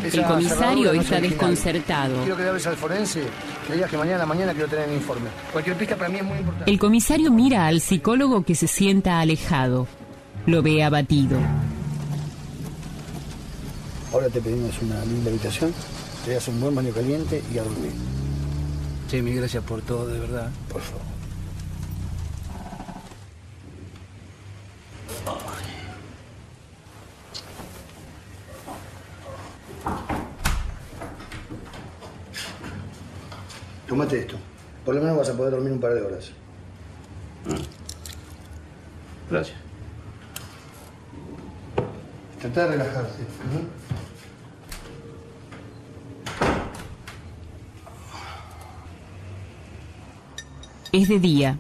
E: El
N: cerradura no
E: comisario
N: es
E: está
N: original.
E: desconcertado.
N: Quiero que le hables al forense, que le digas que mañana a la mañana quiero tener el informe. Cualquier pista para mí es muy importante.
E: El comisario mira al psicólogo que se sienta alejado. Lo ve abatido.
N: Ahora te pedimos una linda habitación, te das un buen baño caliente y a dormir.
S: Sí, mil gracias por todo, de verdad.
N: Por favor. Tomate esto. Por lo menos vas a poder dormir un par de horas.
O: Gracias.
N: Trata de relajarte. ¿no?
E: Es de día.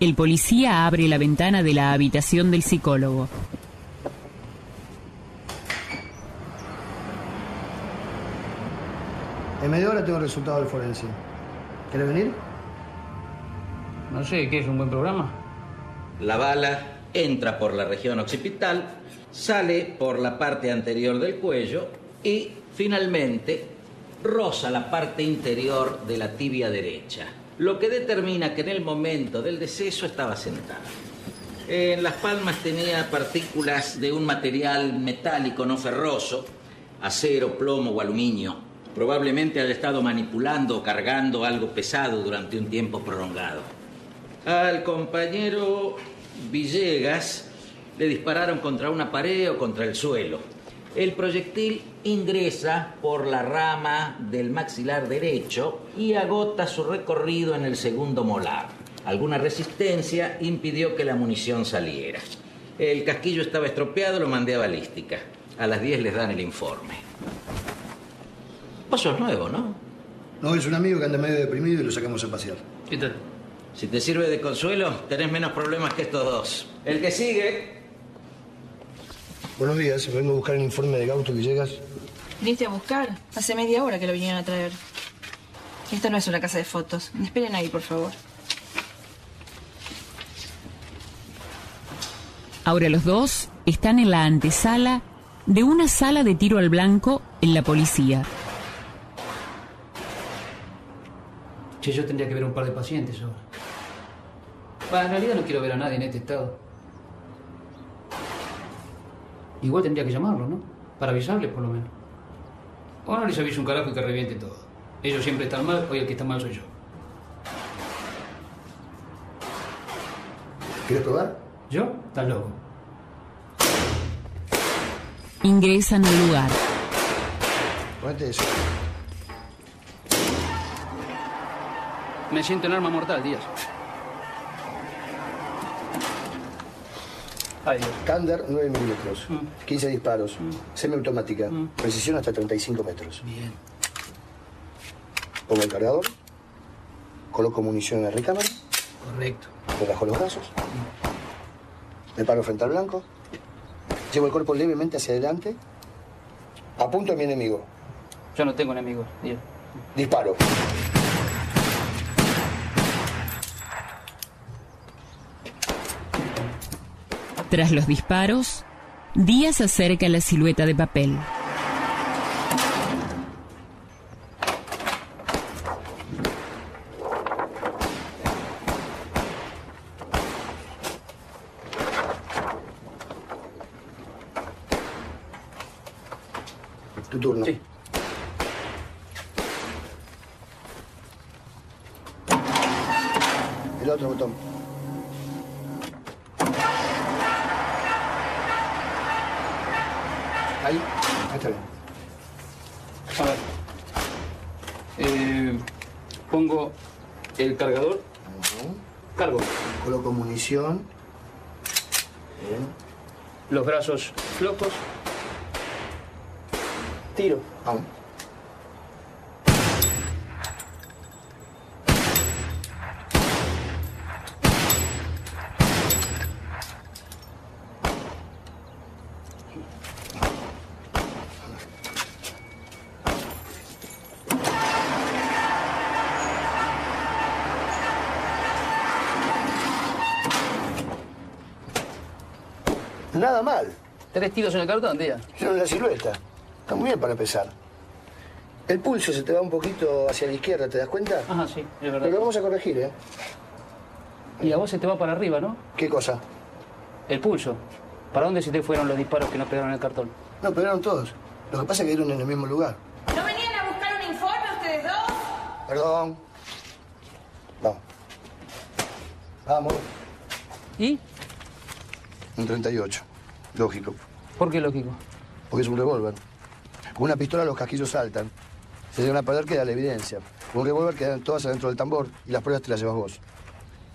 E: El policía abre la ventana de la habitación del psicólogo.
N: En media hora tengo el resultado del forense. ¿Querés venir?
L: No sé, ¿qué es un buen programa?
H: La bala entra por la región occipital, sale por la parte anterior del cuello y finalmente roza la parte interior de la tibia derecha, lo que determina que en el momento del deceso estaba sentada. En las palmas tenía partículas de un material metálico no ferroso, acero, plomo o aluminio. Probablemente haya estado manipulando o cargando algo pesado durante un tiempo prolongado. Al compañero Villegas le dispararon contra una pared o contra el suelo. El proyectil ingresa por la rama del maxilar derecho y agota su recorrido en el segundo molar. Alguna resistencia impidió que la munición saliera. El casquillo estaba estropeado, lo mandé a balística. A las 10 les dan el informe. Vos sos nuevo, ¿no?
N: No, es un amigo que anda medio deprimido y lo sacamos a pasear.
H: ¿Qué tal? Si te sirve de consuelo, tenés menos problemas que estos dos. El que sigue.
N: Buenos días, vengo a buscar el informe de Gauto Villegas.
T: Viniste a buscar. Hace media hora que lo vinieron a traer. Esta no es una casa de fotos. Esperen ahí, por favor.
E: Ahora los dos están en la antesala de una sala de tiro al blanco en la policía.
L: Che, yo tendría que ver un par de pacientes ahora. Bah, en realidad no quiero ver a nadie en este estado. Igual tendría que llamarlo, ¿no? Para avisarles, por lo menos. O no les aviso un carajo y que reviente todo. Ellos siempre están mal, hoy el que está mal soy yo.
N: ¿Quieres probar?
L: ¿Yo? Estás loco.
E: Ingresan al lugar.
N: Ponete eso.
L: Me siento en arma mortal, Díaz.
N: Estándar 9 milímetros,
L: Mm.
N: 15 disparos, semiautomática, precisión hasta 35 metros. Bien. Pongo el cargador, coloco munición en la recámara,
L: Correcto.
N: relajo los brazos, me paro frente al blanco, llevo el cuerpo levemente hacia adelante, apunto a mi enemigo,
L: Yo no tengo enemigos, Díaz.
N: disparo.
E: Tras los disparos, Díaz acerca la silueta de papel.
N: Tu turno. Sí. El otro botón. Ahí, ahí está bien.
L: A ver. Eh, pongo el cargador. Cargo.
N: Coloco munición.
L: Los brazos flojos. Tiro.
N: Vamos. Nada mal.
L: Tres tiros en el cartón, tía.
N: Pero en la silueta. Está muy bien para empezar. El pulso se te va un poquito hacia la izquierda, ¿te das cuenta?
L: Ajá, sí, es verdad.
N: Pero lo vamos a corregir, ¿eh?
L: Y a vos se te va para arriba, ¿no?
N: ¿Qué cosa?
L: El pulso. ¿Para dónde se te fueron los disparos que nos pegaron en el cartón?
N: No, pegaron todos. Lo que pasa es que dieron en el mismo lugar.
T: ¿No venían a buscar un informe ustedes dos?
N: Perdón. Vamos. Vamos.
L: ¿Y?
N: Un 38. Lógico.
L: ¿Por qué lógico?
N: Porque es un revólver. Con una pistola los casquillos saltan. Se llegan a perder, queda la evidencia. Con un revólver quedan todas adentro del tambor y las pruebas te las llevas vos.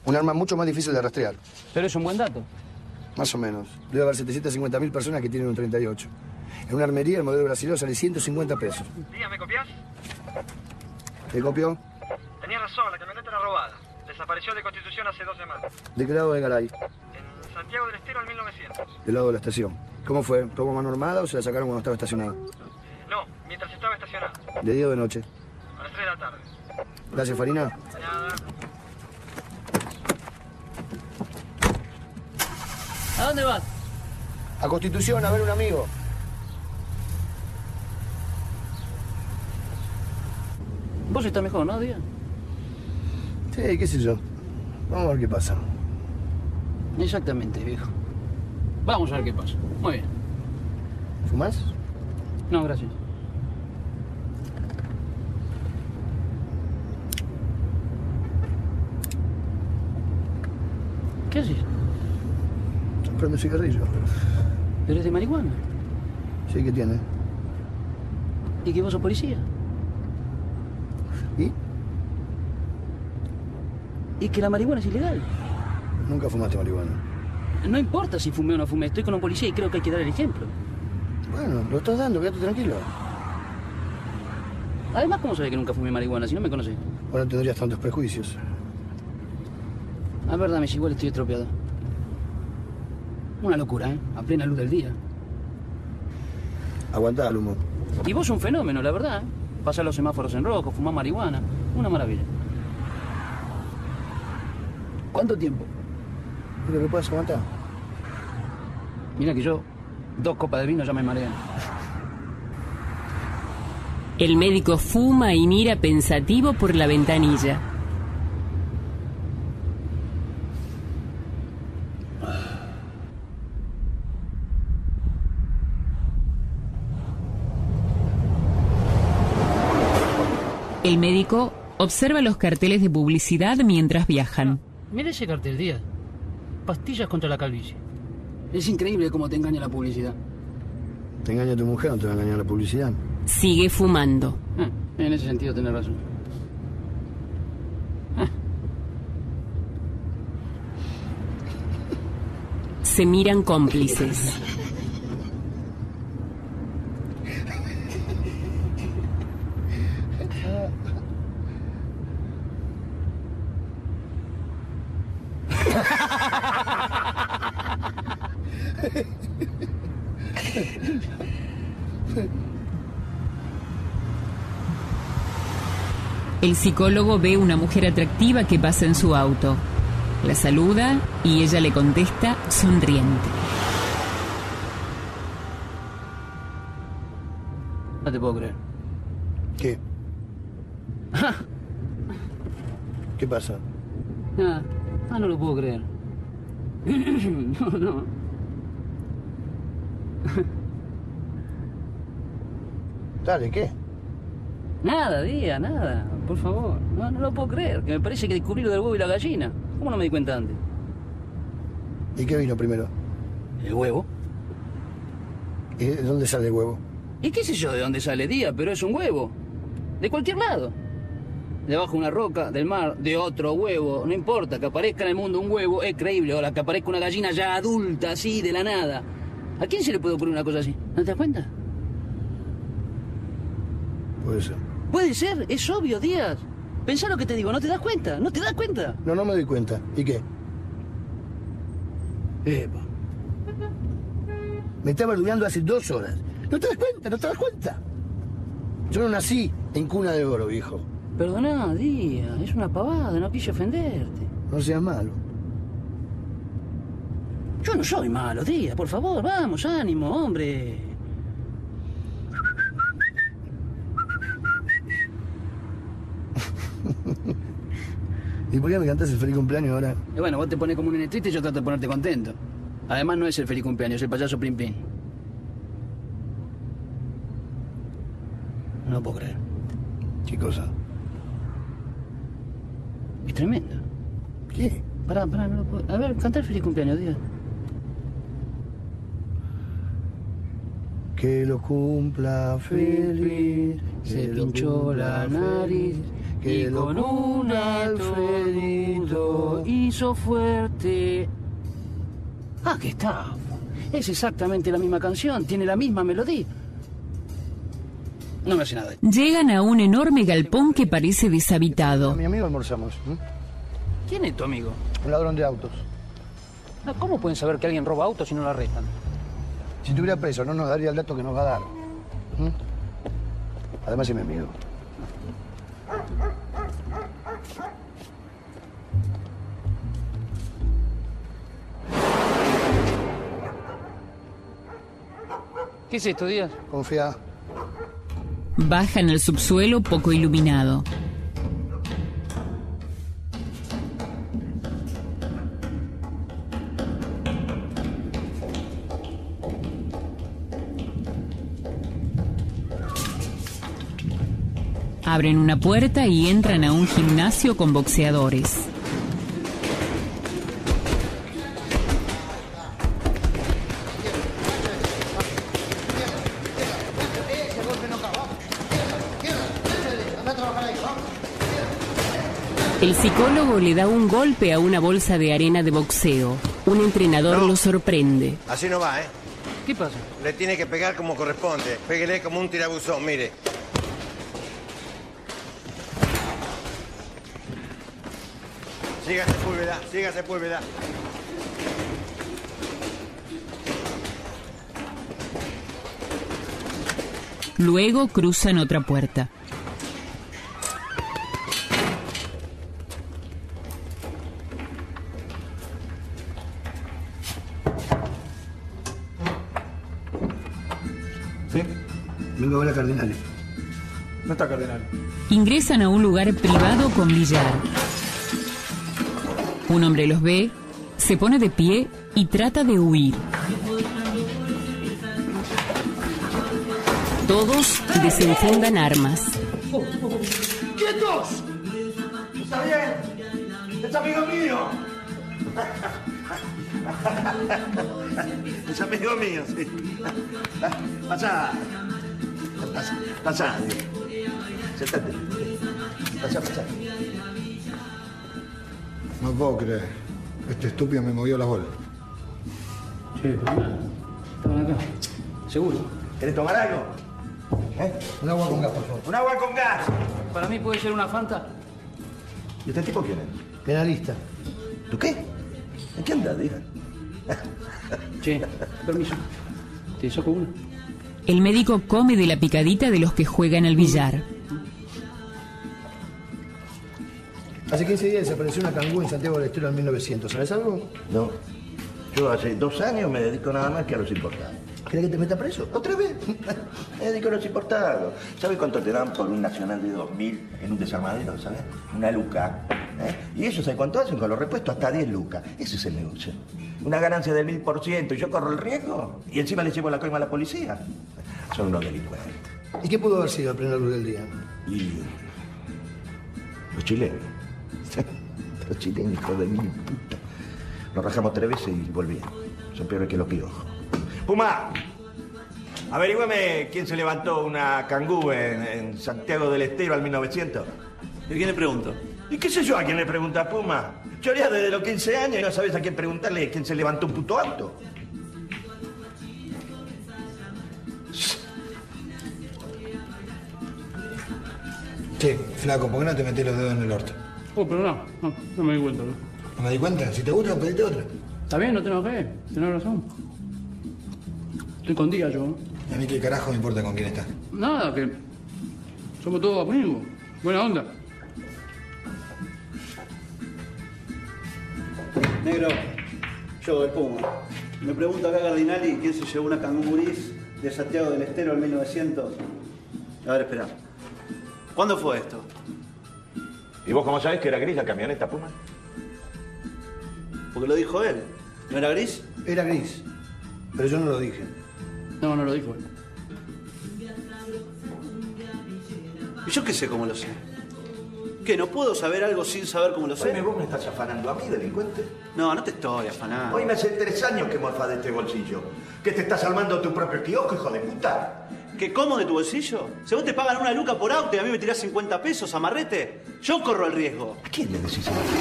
N: Un arma mucho más difícil de rastrear.
L: Pero es un buen dato.
N: Más o menos. Debe haber 750.000 personas que tienen un 38. En una armería el modelo brasileño sale 150 pesos.
K: Díaz, ¿me copias?
N: ¿Te copió?
K: Tenía razón, la camioneta era robada. Desapareció de Constitución hace dos semanas.
N: ¿De qué lado de Garay?
K: En Santiago del Estero, en 1900.
N: Del lado de la estación. ¿Cómo fue? ¿Robó mano armada o se la sacaron cuando estaba estacionada?
K: No, mientras estaba estacionado.
N: ¿De día o de noche?
K: A las 3 de la tarde.
N: Gracias, Farina.
K: Nada.
L: ¿A dónde vas?
N: A Constitución, a ver un amigo.
L: Vos estás mejor, ¿no, Díaz?
N: Sí, qué sé yo. Vamos a ver qué pasa.
L: Exactamente, viejo. Vamos a ver qué pasa. Muy bien.
N: ¿Fumás?
L: No, gracias. ¿Qué haces?
N: Prende un cigarrillo.
L: ¿Pero es de marihuana?
N: Sí, ¿qué tiene?
L: ¿Y que vos sos policía?
N: ¿Y?
L: Y que la marihuana es ilegal.
N: Nunca fumaste marihuana.
L: No importa si fumé o no fumé, estoy con un policía y creo que hay que dar el ejemplo.
N: Bueno, lo estás dando, quédate tranquilo.
L: Además, ¿cómo sabés que nunca fumé marihuana si no me conocés?
N: Ahora tendrías tantos prejuicios.
L: A ver, dame, si igual estoy estropeado. Una locura, ¿eh? A plena luz del día.
N: Aguantá, el humo.
L: Y vos un fenómeno, la verdad. ¿eh? Pasás los semáforos en rojo, fumás marihuana. Una maravilla. ¿Cuánto tiempo?
N: Pero que puedas aguantar.
L: Mira que yo, dos copas de vino ya me marean.
E: El médico fuma y mira pensativo por la ventanilla. El médico observa los carteles de publicidad mientras viajan.
U: Mira ese cartel, Díaz. Pastillas contra la calvicie.
L: Es increíble cómo te engaña la publicidad.
N: Te engaña tu mujer, no te va a engañar la publicidad.
E: Sigue fumando.
L: Ah, en ese sentido tenés razón.
E: Se miran cómplices. El psicólogo ve una mujer atractiva que pasa en su auto. La saluda y ella le contesta sonriente.
L: No te puedo creer.
N: ¿Qué? ¿Qué pasa?
L: Ah, ah, no lo puedo creer. No, no.
N: Dale, ¿qué?
L: Nada, Díaz, nada. Por favor. No, no lo puedo creer. Que me parece que descubrí lo del huevo y la gallina. ¿Cómo no me di cuenta antes?
N: ¿Y qué vino primero?
L: ¿El huevo?
N: ¿Y de dónde sale el huevo?
L: ¿Y qué sé yo de dónde sale Díaz? Pero es un huevo. De cualquier lado. Debajo de una roca, del mar, de otro huevo. No importa, que aparezca en el mundo un huevo es creíble. Ahora, que aparezca una gallina ya adulta, así, de la nada. ¿A quién se le puede ocurrir una cosa así? ¿No te das cuenta?
N: Puede ser.
L: Puede ser, es obvio, Díaz. Pensá lo que te digo, no te das cuenta, no te das cuenta.
N: No, no me doy cuenta. ¿Y qué?
L: Epa.
N: Me estaba durando hace dos horas. ¿No te das cuenta? ¿No te das cuenta? Yo no nací en cuna de oro, viejo.
L: Perdoná, Díaz, es una pavada, no quise ofenderte.
N: No seas malo.
L: Yo no soy malo, tía. Por favor, vamos, ánimo, hombre.
N: ¿Y por qué me cantás el feliz cumpleaños ahora?
L: Y bueno, vos te pones como un nene triste y yo trato de ponerte contento. Además, no es el feliz cumpleaños, es el payaso Plim Plim. No lo puedo creer.
N: ¿Qué cosa?
L: Es tremendo.
N: ¿Qué?
L: Pará, pará, no lo puedo. A ver, canta el feliz cumpleaños, tío.
N: Que lo cumpla feliz.
L: Se
N: que lo
L: pinchó la
N: cumpla
L: nariz
N: que
L: y
N: lo
L: con un Alfredito hizo fuerte. Ah, que está. Es exactamente la misma canción, tiene la misma melodía. No me hace nada.
E: Llegan a un enorme galpón que parece
N: A
E: deshabitado.
N: mi amigo almorzamos. ¿eh?
L: ¿Quién es tu amigo?
N: Un ladrón de autos.
L: No, ¿Cómo pueden saber que alguien roba autos si no lo arrestan?
N: Si estuviera preso, no nos daría el dato que nos va a dar. ¿Mm? Además, es mi amigo.
L: ¿Qué es esto, Díaz?
N: Confía.
E: Bajan al subsuelo poco iluminado. Abren una puerta y entran a un gimnasio con boxeadores. El psicólogo le da un golpe a una bolsa de arena de boxeo. Un entrenador lo sorprende.
V: Así no va, ¿eh?
L: ¿Qué pasa?
V: Le tiene que pegar como corresponde. Pégale como un tirabuzón, mire. Siga Sepúlveda, siga Sepúlveda.
E: Luego cruzan otra puerta.
N: Vengo a ver a Cardinales.
K: No está cardenal.
E: Ingresan a un lugar privado con billar. Un hombre los ve, se pone de pie y trata de huir. Todos desenfundan armas.
I: ¡Quietos! ¿Está bien? ¡Es amigo mío!
V: Es amigo mío, sí. Pasá. Pasá, pasá. Sentate. Pasá, pasá.
J: No puedo creer. Este estúpido me movió las bolas.
L: Sí, Estaban acá. Seguro.
V: ¿Querés tomar algo?
N: ¿Eh? Un agua con gas, por favor.
V: ¡Un agua con gas!
L: Para mí puede ser una fanta.
V: ¿Y este tipo quién es?
N: Penalista.
V: ¿Tú qué? ¿En qué andas, diga?
L: Che, permiso. Te saco una.
E: El médico come de la picadita de los que juegan al billar.
N: Hace 15 días desapareció una cangú en Santiago del Estero en 1900. ¿Sabes algo?
V: No. Yo hace dos años me dedico nada más que a los importados.
N: ¿Crees que te meta preso?
V: ¿Otra vez? Me dedico a los importados. ¿Sabes cuánto te dan por un nacional de 2000 en un desarmadero? ¿Sabes? Una luca. ¿eh? Y ellos, ¿sabes cuánto hacen con los repuestos? Hasta 10 lucas. Ese es el negocio. Una ganancia del 1000% y yo corro el riesgo. Y encima le llevo la coima a la policía. Son unos delincuentes.
N: ¿Y qué pudo haber sido a plena luz del día?
V: Y los chilenos. los chilenos, hijos de mil puta. Nos rajamos tres veces y volvían. Son peores que los piojos. Puma, averígüeme quién se levantó una cangú en, en Santiago del Estero al 1900. ¿Y quién le pregunto? ¿Y qué sé yo a quién le pregunta Puma? Choreás desde los 15 años y no sabes a quién preguntarle quién se levantó un puto auto.
J: Che, flaco, ¿por qué no te metes los dedos en el orto?
L: Oh, pero no, no, no me di cuenta. ¿no?
J: ¿No me di cuenta? Si te gusta, pedite otra.
L: Está bien, no te enojes, tenés razón. Estoy con día yo. ¿no?
J: A mí qué carajo me importa con quién estás.
L: Nada, que somos todos amigos. Buena onda.
A: Negro, Yo, el Puma. Me pregunto acá Cardinali quién se llevó una canguris de Santiago del Estero en 1900. A ver, espera. ¿Cuándo fue esto?
V: ¿Y vos cómo sabés que era gris la camioneta, Puma?
A: Porque lo dijo él. ¿No era gris?
G: Era gris. Pero yo no lo dije.
A: No, no lo dijo él. ¿Y yo qué sé cómo lo sé? ¿Qué, no puedo saber algo sin saber cómo lo sé?
V: Oíme, vos me estás afanando a mí, delincuente.
A: No, no te estoy afanando.
V: Hoy me hace tres años que morfás de este bolsillo. Que te estás armando tu propio kiosco, hijo de puta.
A: ¿Que como de tu bolsillo? Si vos te pagan una luca por auto y a mí me tirás 50 pesos, amarrete, yo corro el riesgo.
V: ¿A quién le decís amarrete?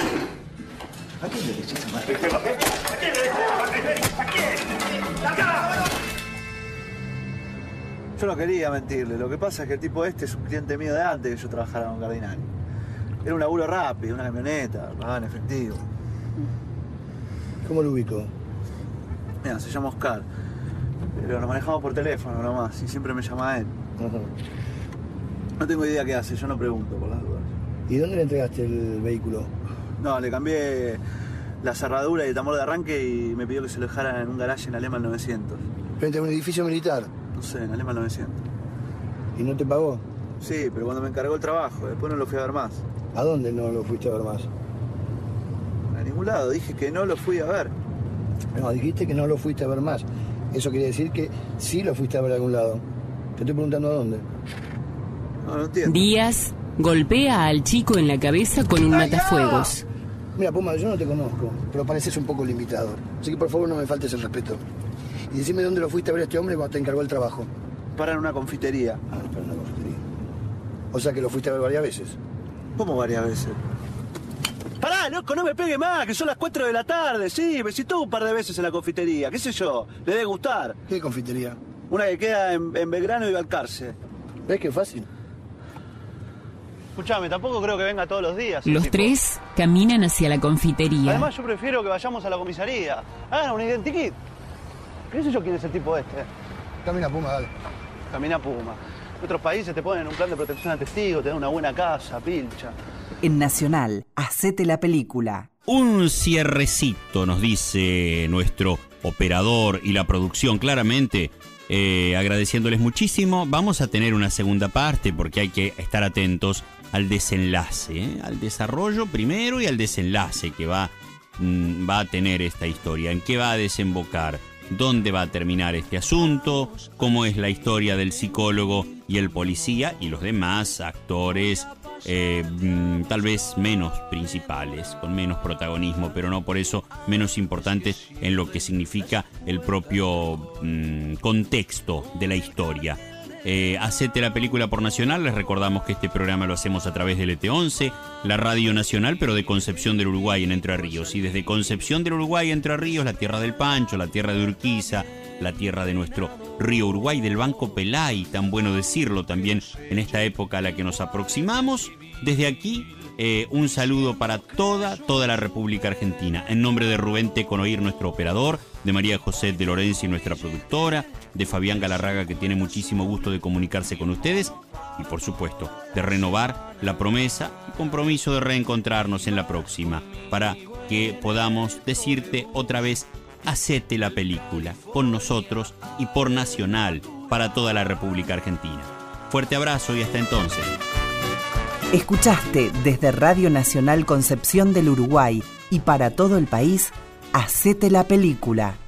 V: ¿A quién le decís amarrete? ¿A quién le decís amarrete? ¿A quién? ¡Acá!
A: Yo no quería mentirle, lo que pasa es que el tipo este es un cliente mío de antes que yo trabajara con Cardinal. Era un laburo rápido, una camioneta, pagaba en efectivo.
G: ¿Cómo lo ubico?
A: Mira, se llama Oscar. Pero lo manejamos por teléfono nomás y siempre me llama él. No tengo idea qué hace, yo no pregunto por las dudas.
G: ¿Y dónde le entregaste el vehículo?
A: No, le cambié la cerradura y el tambor de arranque y me pidió que se lo dejara en un garaje en Alemán 900.
G: Frente a un edificio militar.
A: No sé, en Alemán 900.
G: ¿Y no te pagó?
A: Sí, pero cuando me encargó el trabajo, después no lo fui a ver más.
G: ¿A dónde no lo fuiste a ver más?
A: A ningún lado, dije que no lo fui a ver.
G: No, dijiste que no lo fuiste a ver más. Eso quiere decir que sí lo fuiste a ver a algún lado. Te estoy preguntando a dónde.
A: No, no entiendo.
E: Díaz golpea al chico en la cabeza con un matafuegos.
G: Mira, Puma, yo no te conozco, pero pareces un poco limitado. Así que por favor no me faltes el respeto. Y decime dónde lo fuiste a ver a este hombre cuando te encargó el trabajo.
A: Para en una confitería.
G: Ah, para en una confitería. O sea que lo fuiste a ver varias veces.
A: ¿Cómo varias veces? Pará, loco, no me pegue más, que son las 4 de la tarde. Sí, me citó un par de veces en la confitería, qué sé yo, le debe gustar.
G: ¿Qué confitería?
A: Una que queda en, en Belgrano y Balcarce.
G: ¿Ves qué fácil?
A: Escuchame, tampoco creo que venga todos los días. el
E: Los
A: tipo.
E: tres caminan hacia la confitería.
A: Además, yo prefiero que vayamos a la comisaría. Hagan un identikit. ¿Qué sé yo quién es el tipo este?
G: Camina, Puma, dale.
A: Camina Puma. En otros países te ponen un plan de protección a testigos, te dan una buena casa, pilcha.
C: En Nacional, hacete la película.
B: Un cierrecito, nos dice nuestro operador y la producción, claramente. eh, agradeciéndoles muchísimo. Vamos a tener una segunda parte porque hay que estar atentos al desenlace, ¿eh? al desarrollo primero y al desenlace que va, mm, va a tener esta historia, en qué va a desembocar, dónde va a terminar este asunto, cómo es la historia del psicólogo y el policía y los demás actores. eh, mm, tal vez menos principales, con menos protagonismo, pero no por eso menos importantes en lo que significa el propio mm, contexto de la historia. Eh, hacete la película por Nacional, les recordamos que este programa lo hacemos a través del ET11, la radio nacional, pero de Concepción del Uruguay en Entre Ríos. Y desde Concepción del Uruguay, Entre Ríos, la tierra del Pancho, la tierra de Urquiza, la tierra de nuestro río Uruguay, del Banco Pelay, tan bueno decirlo también en esta época a la que nos aproximamos. Desde aquí, eh, un saludo para toda, toda la República Argentina. En nombre de Rubén Teconoir, nuestro operador, de María José de Lorenzi, nuestra productora, de Fabián Galarraga, que tiene muchísimo gusto de comunicarse con ustedes, y por supuesto, de renovar la promesa y compromiso de reencontrarnos en la próxima, para que podamos decirte otra vez, hacete la película, con nosotros y por Nacional, para toda la República Argentina. Fuerte abrazo y hasta entonces.
C: Escuchaste desde Radio Nacional Concepción del Uruguay y para todo el país, Hacete la película.